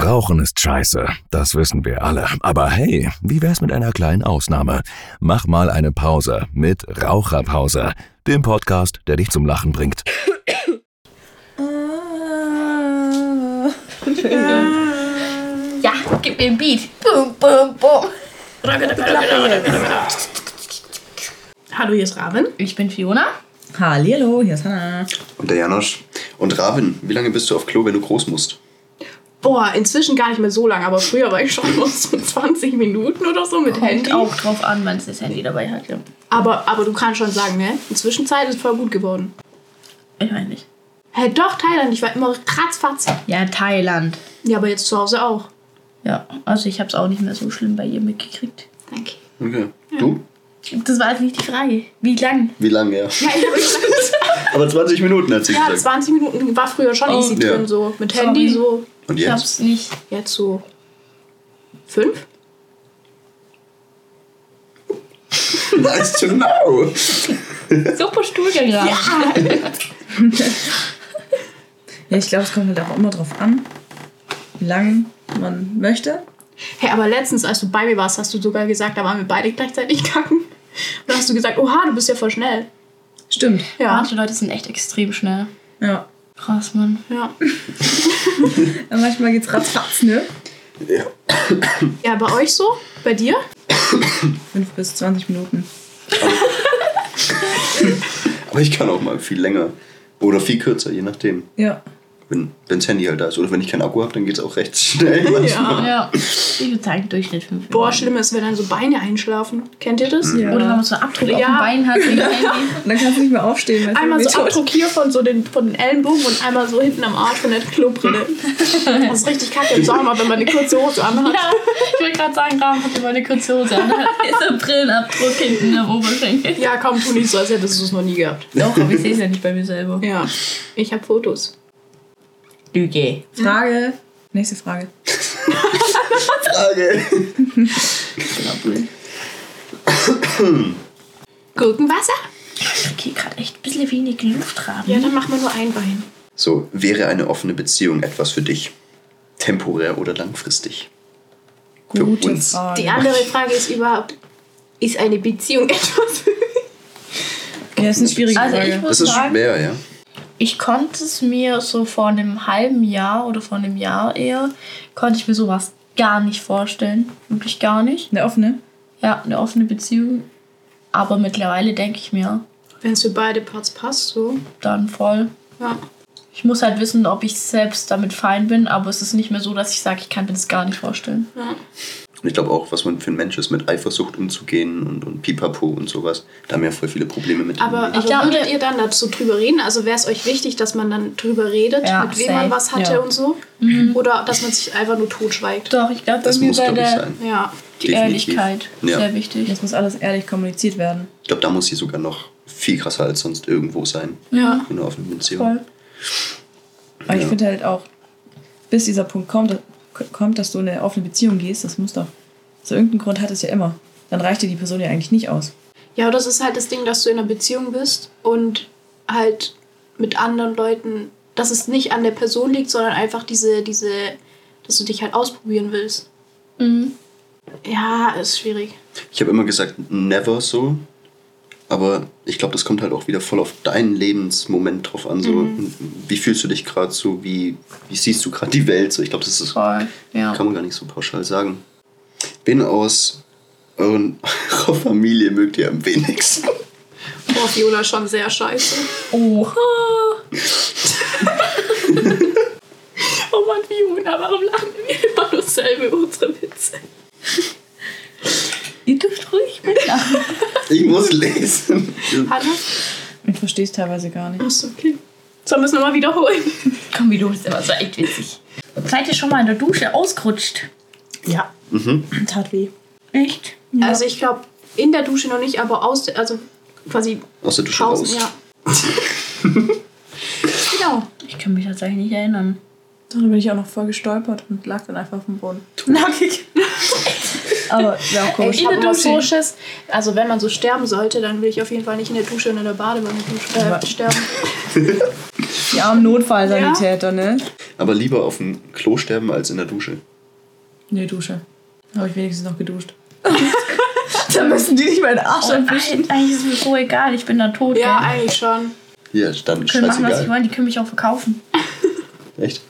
Rauchen ist scheiße, das wissen wir alle. Aber hey, wie wär's mit einer kleinen Ausnahme? Mach mal eine Pause mit Raucherpause, dem Podcast, der dich zum Lachen bringt. Ja, gib mir ein Beat. Bum, bum, bum. Hallo, hier ist Raven. Ich bin Fiona. Hallihallo, hier ist Hanna. Und der Janosch. Und Raven, wie lange bist du auf Klo, wenn du groß musst? Boah, inzwischen gar nicht mehr so lang, aber früher war ich schon nur so 20 Minuten oder so mit Handy. Auch drauf an, wenn es das Handy dabei hat. Ja. Aber, aber du kannst schon sagen, ne? Inzwischen Zeit ist voll gut geworden. Ich meine nicht. Hä, doch, Thailand, ich war immer ratzfatz. Ja, Thailand. Ja, aber jetzt zu Hause auch. Ja, also ich habe es auch nicht mehr so schlimm bei ihr mitgekriegt. Danke. Okay. Du? Das war jetzt nicht die Frage. Wie lang? Wie lange, ja? Ja, ich hab gesagt, Aber 20 Minuten hat sie ja, gesagt. 20 Minuten war früher schon easy Ja. drin, so mit Handy, Sorry. so Und Ich jetzt? hab's nicht. jetzt so fünf. Nice to know. Super Stuhlgang gerade. Ja, ich glaube, es kommt halt auch immer drauf an, wie lange man möchte. Hey, aber letztens, als du bei mir warst, hast du sogar gesagt, da waren wir beide gleichzeitig kacken. Und da hast du gesagt, oha, du bist ja voll schnell. Stimmt. Ja, Manche Leute sind echt extrem schnell. Ja. Krass, Mann. ja. Ja, Manchmal geht's ratzfatz, ne? Ja. Ja, bei euch so? Bei dir? 5 bis 20 Minuten. Aber ich kann auch mal viel länger. Oder viel kürzer, je nachdem. Ja. Wenn das Handy halt da ist. Oder wenn ich keinen Akku habe, dann geht es auch recht schnell. manchmal. Ja. Ich würde sagen, Durchschnitt 5 Boah, schlimm ist, wenn dann so Beine einschlafen. Kennt ihr das? Ja. Oder wenn man so einen Abdruck auf Ja. dem Bein hat wegen Handy. Und dann kannst du nicht mehr aufstehen. weil es Einmal irgendwie so tot- Abdruck hier von so den, von den Ellenbogen und einmal so hinten am Arsch von der Klobrille. Das ist richtig kacke im Sommer, wenn man eine kurze Hose anhat. Ja, ich wollte gerade sagen, Rahmen hatte meine kurze Hose an. Ist ein Brillenabdruck hinten am Oberschenkel. Ja, komm, tu nicht so, als hättest du es noch nie gehabt. Doch, aber ich sehe es ja nicht bei mir selber. Ja, ich habe Fotos. Lüge. Frage. Nächste Frage. Frage. Gurkenwasser? Okay, gerade echt ein bisschen wenig Luft haben. Ja, dann machen wir nur ein Bein. So, wäre eine offene Beziehung etwas für dich? Temporär oder langfristig? Für Gute uns. Frage. Die andere Frage ist überhaupt, ist eine Beziehung etwas? Ja, ist eine schwierige Also ich Frage. muss Das ist sagen, schwer, ja? ich konnte es mir so vor einem halben Jahr oder vor einem Jahr eher, konnte ich mir sowas gar nicht vorstellen. Wirklich gar nicht. Eine offene? Ja, eine offene Beziehung. Aber mittlerweile denke ich mir Wenn es für beide Parts passt, so. dann voll. Ja. Ich muss halt wissen, ob ich selbst damit fein bin, aber es ist nicht mehr so, dass ich sage, ich kann mir das gar nicht vorstellen. Und ich glaube auch, was man für ein Mensch ist, mit Eifersucht umzugehen und, und Pipapo und sowas. Da haben wir ja voll viele Probleme mit. Aber, irgendwie. aber glaub, würdet ne- ihr dann dazu drüber reden? Also wäre es euch wichtig, dass man dann drüber redet, Ja, mit wem man safe, was hatte ja. und so? Oder dass man sich einfach nur totschweigt? Doch, ich glaube, bei das mir muss, wäre glaube ich, der- sein. Ja. die Definitiv. Ehrlichkeit Ja. sehr wichtig. Jetzt muss alles ehrlich kommuniziert werden. Ich glaube, da muss sie sogar noch viel krasser als sonst irgendwo sein. Ja. In einer offenen Beziehung. Voll. Aber ich Ja. finde halt auch, bis dieser Punkt kommt, kommt, dass du in eine offene Beziehung gehst, das muss doch. So irgendeinen Grund hat es ja immer. Dann reicht dir die Person ja eigentlich nicht aus. Ja, aber das ist halt das Ding, dass du in einer Beziehung bist und halt mit anderen Leuten, dass es nicht an der Person liegt, sondern einfach diese, diese, dass du dich halt ausprobieren willst. Mhm. Ja, ist schwierig. Ich habe immer gesagt, never so. Aber ich glaube, das kommt halt auch wieder voll auf deinen Lebensmoment drauf an. So, Mhm. wie fühlst du dich gerade so? Wie, wie siehst du gerade die Welt? So, ich glaube, das ist, Voll. Ja. kann man gar nicht so pauschal sagen. Wen aus euren, eurer Familie mögt ihr am wenigsten? Boah, Viola schon sehr scheiße. Oha. Oh Mann, Viola, warum lachen wir immer nur selber über unsere Witze? Ihr dürft ruhig mitlachen. Ich muss lesen. Hallo? Ich verstehe es teilweise gar nicht. Achso, okay. So, müssen wir mal wiederholen. Komm, wie du bist immer so echt witzig. Seid ihr schon mal in der Dusche ausgerutscht? Ja. Tat weh. Echt? Also ich glaube, in der Dusche noch nicht, aber aus der, also quasi Aus der Dusche draußen, raus. ja. genau. Ich kann mich tatsächlich nicht erinnern. Dann bin ich auch noch voll gestolpert und lag dann einfach auf dem Boden. Nackig. Aber ja, komisch. in der Aber Dusche. Dusches, also wenn man so sterben sollte, dann will ich auf jeden Fall nicht in der Dusche und in der Badewanne duschen, äh, Aber- sterben. Die armen Notfallsanitäter, ne? Aber lieber auf dem Klo sterben als in der Dusche. Nee, Dusche. Habe ich wenigstens noch geduscht. da müssen die nicht meinen Arsch anfischen. Eigentlich ist mir so egal, ich bin dann tot. Ja, gell? eigentlich schon. Ja, dann Die können machen, was sie scheißegal. wollen, die können mich auch verkaufen. Echt?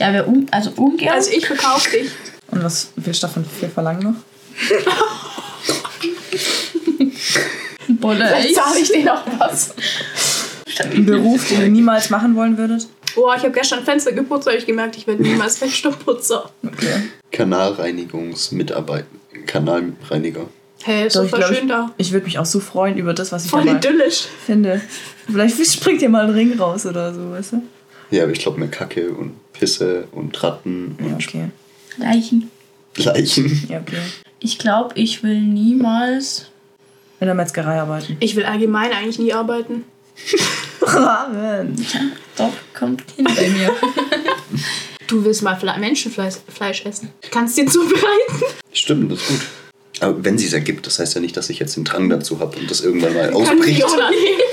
Ja, wir un also ungern. Also ich verkaufe dich. Und was willst du davon viel verlangen noch? Bolle, Vielleicht ich. zahle ich denen auch was. Ein Beruf, den ihr niemals machen wollen würdet? Boah, ich habe gestern Fenster geputzt, habe ich gemerkt, ich werde niemals Fensterputzer. Okay. Kanalreinigungsmitarbeiter. Kanalreiniger. Hey, ist Doch, so ich glaub, schön ich, da. ich würde mich auch so freuen über das, was ich Voll da mal idyllisch. finde. Vielleicht springt dir mal ein Ring raus oder so, weißt du? Ja, aber ich glaube, mehr Kacke und Pisse und Ratten Ja, und okay. Leichen. Leichen. Ja, okay. Ich glaube, ich will niemals. In der Metzgerei arbeiten. Ich will allgemein eigentlich nie arbeiten. Rahmen. Doch, kommt hin bei mir. Du willst mal Fle Menschenfleisch Fleisch essen. Kannst dir zubereiten. Stimmt, das ist gut. Aber wenn sie es ergibt, das heißt ja nicht, dass ich jetzt den Drang dazu habe und das irgendwann mal Kann ich ausbricht. auch noch nehmen.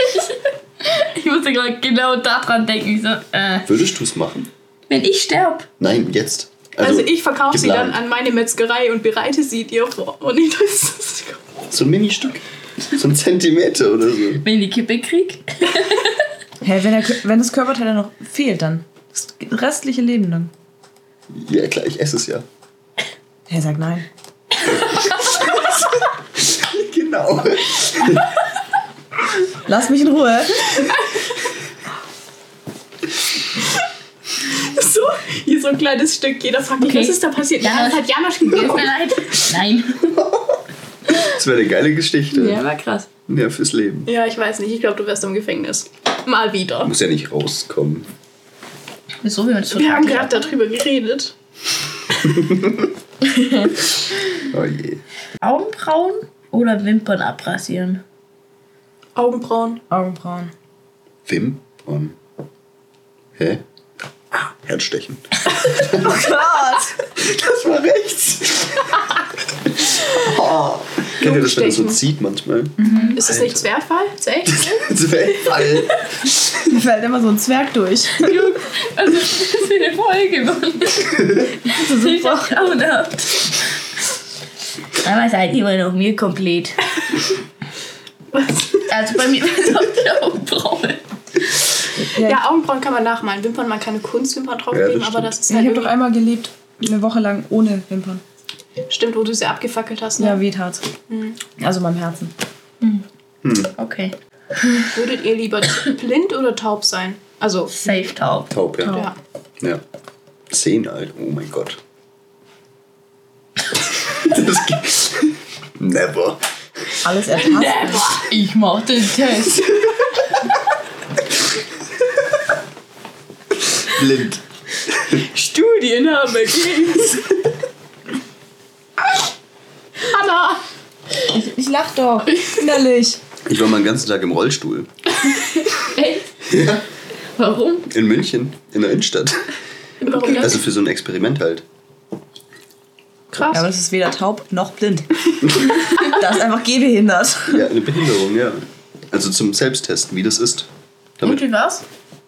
Ich musste gerade genau daran denken. Ich so, äh, Würdest du es machen? wenn ich sterb. Nein, jetzt. Also, ich verkaufe sie dann geplant. an meine Metzgerei und bereite sie dir vor. Und ich das So ein Ministück. So ein Zentimeter oder so. Wenn ich die Kippe krieg. Hä, wenn, der, Kö- wenn das Körperteil dann noch fehlt, dann. Das restliche Leben dann. Ja, klar, ich esse es ja. Hä, sag nein. Genau. Lass mich in Ruhe. so, hier so ein kleines Stück. Jeder fragt mich, Okay. was ist da passiert? Ja, das hat Janosch Mir ist gegessen. mir leid. Nein. Das wäre eine geile Geschichte. Ja. war krass. fürs Leben. Ja, ich weiß nicht. Ich glaube, du wärst im Gefängnis. Mal wieder. Muss ja nicht rauskommen. Wieso wir uns Wir haben vertraglich gerade darüber geredet. Oh je. Augenbrauen oder Wimpern abrasieren? Augenbrauen. Augenbrauen. Wimpern. Hä? Ah, Herzstechen. Oh Gott. Das war rechts. oh. Kennt ihr das, wenn das so Lungenstechen. zieht manchmal? Ist das nicht Zwerchfall? Zwerch? Das wäre Fall. Mir fällt immer so ein Zwerg durch. Also, das ist eine Folge geworden. Ich hab Grauen gehabt. Aber seid immer noch mir komplett. Was? Also bei mir ist auch die Augenbraue. Ja, Augenbrauen kann man nachmalen. Wimpern, man kann eine Kunstwimpern Ja, draufkleben, das aber das ist Ja, halt ich habe doch irgendwie- einmal gelebt, eine Woche lang ohne Wimpern. stimmt, wo du sie abgefackelt hast. Ne? Ja, weht hart. Also meinem Herzen. Okay. Würdet ihr lieber blind oder taub sein? Also, Safe taub. Taub, ja. ja. Ja. Zehn alt, oh mein Gott. das gibt's. Never. Alles erfasst. Ich mach den Test. Blind. Studien haben ergeben. Hanna! Ich, ich lach doch. Innerlich. Ich war mal den ganzen Tag im Rollstuhl. Echt? Ja. Warum? In München, in der Innenstadt. Warum das? Also für so ein Experiment halt. Ja, aber Krass. das ist weder taub noch blind. Das ist einfach gehbehindert. Ja, eine Behinderung, ja. Also zum Selbsttesten, wie das ist. Und Damit wie war's?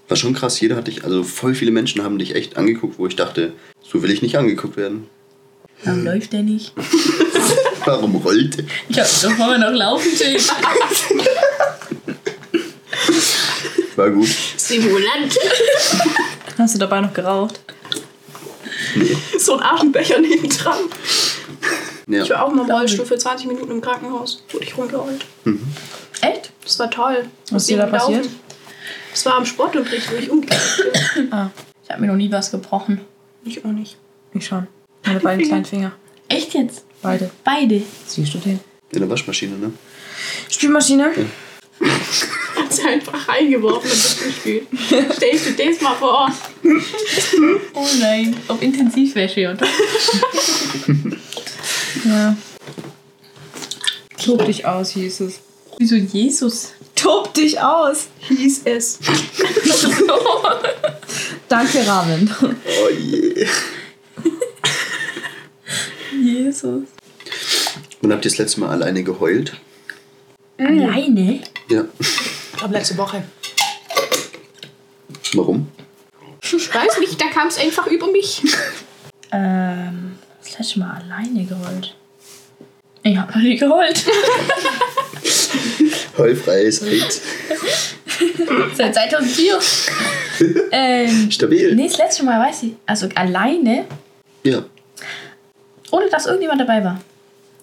war schon krass, jeder hat dich, also voll viele Menschen haben dich echt angeguckt, wo ich dachte, so will ich nicht angeguckt werden. Warum läuft der nicht? Warum rollte? Ich hab doch vorher noch laufen sehen. War gut. Simulant. Hast du dabei noch geraucht? So ein Aschenbecher neben dran. Ich Ja. war auch mal im Rollstuhl für 20 Minuten im Krankenhaus. Wurde ich rumgeholt. Echt? Das war toll. Was ist dir da passiert? Das war am Sportunterricht, wo ich umgekehrt bin. Ich hab mir noch nie was gebrochen. Ich auch nicht. Ich schon. Meine beiden kleinen Finger. Echt jetzt? Beide. Beide. Siehst du den? In der Waschmaschine, ne? Spülmaschine? Hat sie einfach reingeworfen und das gespielt. Stell ich dir das mal vor. Oh nein. Auf Intensivwäsche und Ja. Tob dich aus, hieß es. Wieso Jesus? Tob dich aus! Hieß es. Danke, Rahmen. Oh je. Jesus. Und habt ihr das letzte Mal alleine geheult? Alleine? Ja. Ich glaube, letzte Woche. Warum? Ich weiß nicht, da kam es einfach über mich. Ähm, das letzte Mal alleine geheult. Ich hab noch nie geheult. Heulfreies Hate. Seit 2004. ähm, Stabil. nee, das letzte Mal weiß ich. Also alleine, Ja. ohne dass irgendjemand dabei war.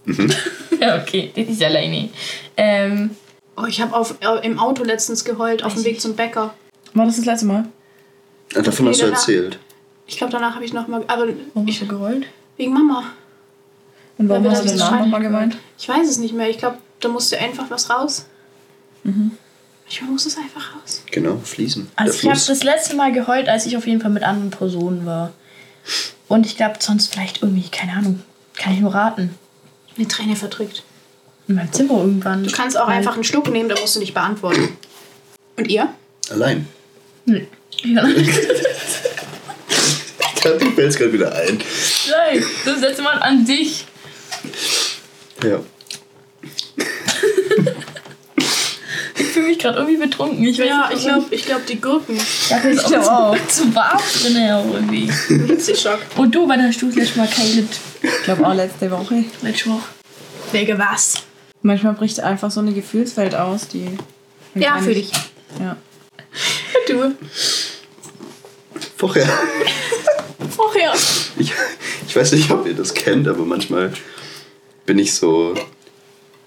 Mhm. ja, okay, das ist alleine. Ähm, Oh, ich habe auf, äh, im Auto letztens geheult, auf dem Weg zum Bäcker. War das das letzte Mal? Ah, Davon hast du Jeder- erzählt. Ich glaube, danach habe ich nochmal. Aber Warum ich, hast du geheult? wegen Mama. Und Weil warum wir hast da du den dieses Namen nochmal Schweinchen gemeint? Ich weiß es nicht mehr. Ich glaube, da musste einfach was raus. Mhm. Manchmal muss es einfach raus. Genau, Fliesen. also ich Der habe Fluss. das letzte Mal geheult, als ich auf jeden Fall mit anderen Personen war. Und ich glaube, sonst vielleicht irgendwie, keine Ahnung, kann ich nur raten. Eine Träne verdrückt. In meinem Zimmer irgendwann. Du kannst auch Weil- einfach einen Schluck nehmen, da musst du nicht beantworten. Und ihr? Allein. Nee. Ja. Ja, du fällst gerade wieder ein. Nein, das letzte Mal an dich. Ja. Ich fühle mich gerade irgendwie betrunken. Ich weiß Ja, nicht, ich warum. glaube, ich glaub, die Gurken. Da bin ich auch, zu warm drin ja, irgendwie. Hitzeschock. Und du, wann hast du das letzte Mal geheilt? Ich glaube auch letzte Woche. Letzte Woche. Wege was? Manchmal bricht einfach so eine Gefühlswelt aus, die. Ja, fühl dich. Ja. Du. Vorher. Vorher. Ich, ich weiß nicht, ob ihr das kennt, aber manchmal bin ich so.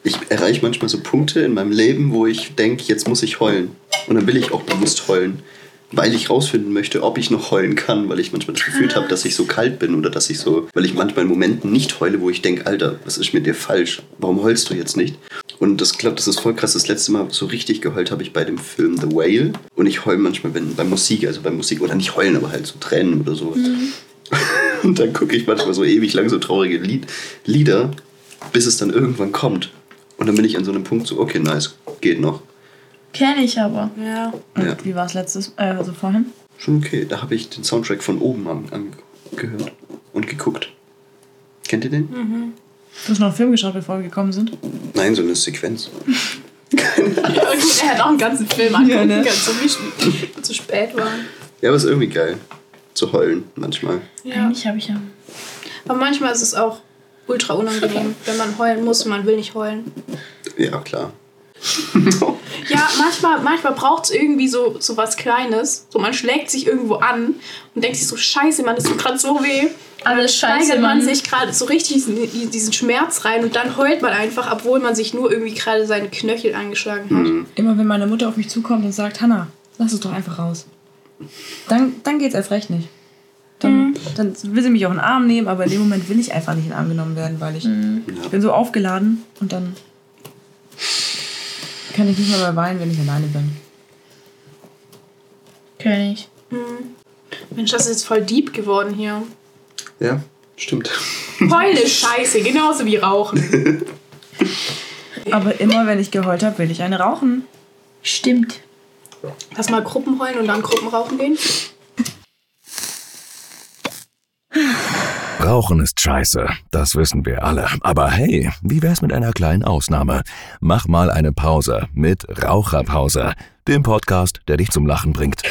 Ich erreiche manchmal so Punkte in meinem Leben, wo ich denke, jetzt muss ich heulen. Und dann will ich auch bewusst heulen. Weil ich rausfinden möchte, ob ich noch heulen kann, weil ich manchmal das Gefühl habe, dass ich so kalt bin oder dass ich so, weil ich manchmal in Momenten nicht heule, wo ich denke, Alter, was ist mit dir falsch? Warum heulst du jetzt nicht? Und das klappt, das ist voll krass. Das letzte Mal so richtig geheult habe ich bei dem Film The Whale. Und ich heule manchmal, wenn bei Musik, also bei Musik, oder nicht heulen, aber halt so Tränen oder so. Und dann gucke ich manchmal so ewig lang so traurige Lied, Lieder, bis es dann irgendwann kommt. Und dann bin ich an so einem Punkt so, okay, nice, geht noch. Kenn ich aber. Ja. Und Ja. wie war es letztes, äh, also vorhin? Schon okay. Da habe ich den Soundtrack von oben an, angehört und geguckt. Kennt ihr den? Du hast noch einen Film geschaut, bevor wir gekommen sind. Nein, so eine Sequenz. Und er hat auch einen ganzen Film angucken Ja, ja, ne? ne? können, so wie sp- zu spät war. Ja, aber ist irgendwie geil. Zu heulen manchmal. Ja. Eigentlich habe ich ja. Aber manchmal ist es auch ultra unangenehm, wenn man heulen muss und man will nicht heulen. Ja, klar. Ja, manchmal, manchmal braucht es irgendwie so, so was Kleines. So man schlägt sich irgendwo an und denkt sich so, scheiße, man, das tut gerade so weh. Alles scheiße, Steigert man Mann. sich gerade so richtig in diesen Schmerz rein und dann heult man einfach, obwohl man sich nur irgendwie gerade seinen Knöchel angeschlagen hat. Immer wenn meine Mutter auf mich zukommt und sagt, Hanna, lass es doch einfach raus. Dann, dann geht's erst recht nicht. Dann, dann will sie mich auch in den Arm nehmen, aber in dem Moment will ich einfach nicht in den Arm genommen werden, weil ich, ich bin so aufgeladen und dann kann ich nicht mehr mal weinen, wenn ich alleine bin. Kenn ich. Mensch, das ist jetzt voll deep geworden hier. Ja, stimmt. Heule scheiße, genauso wie Rauchen. Aber immer wenn ich geheult habe, will ich eine rauchen. Stimmt. Lass mal Gruppen heulen und dann Gruppen rauchen gehen. Rauchen ist scheiße, das wissen wir alle. Aber hey, wie wär's mit einer kleinen Ausnahme? Mach mal eine Pause mit Raucherpause, dem Podcast, der dich zum Lachen bringt.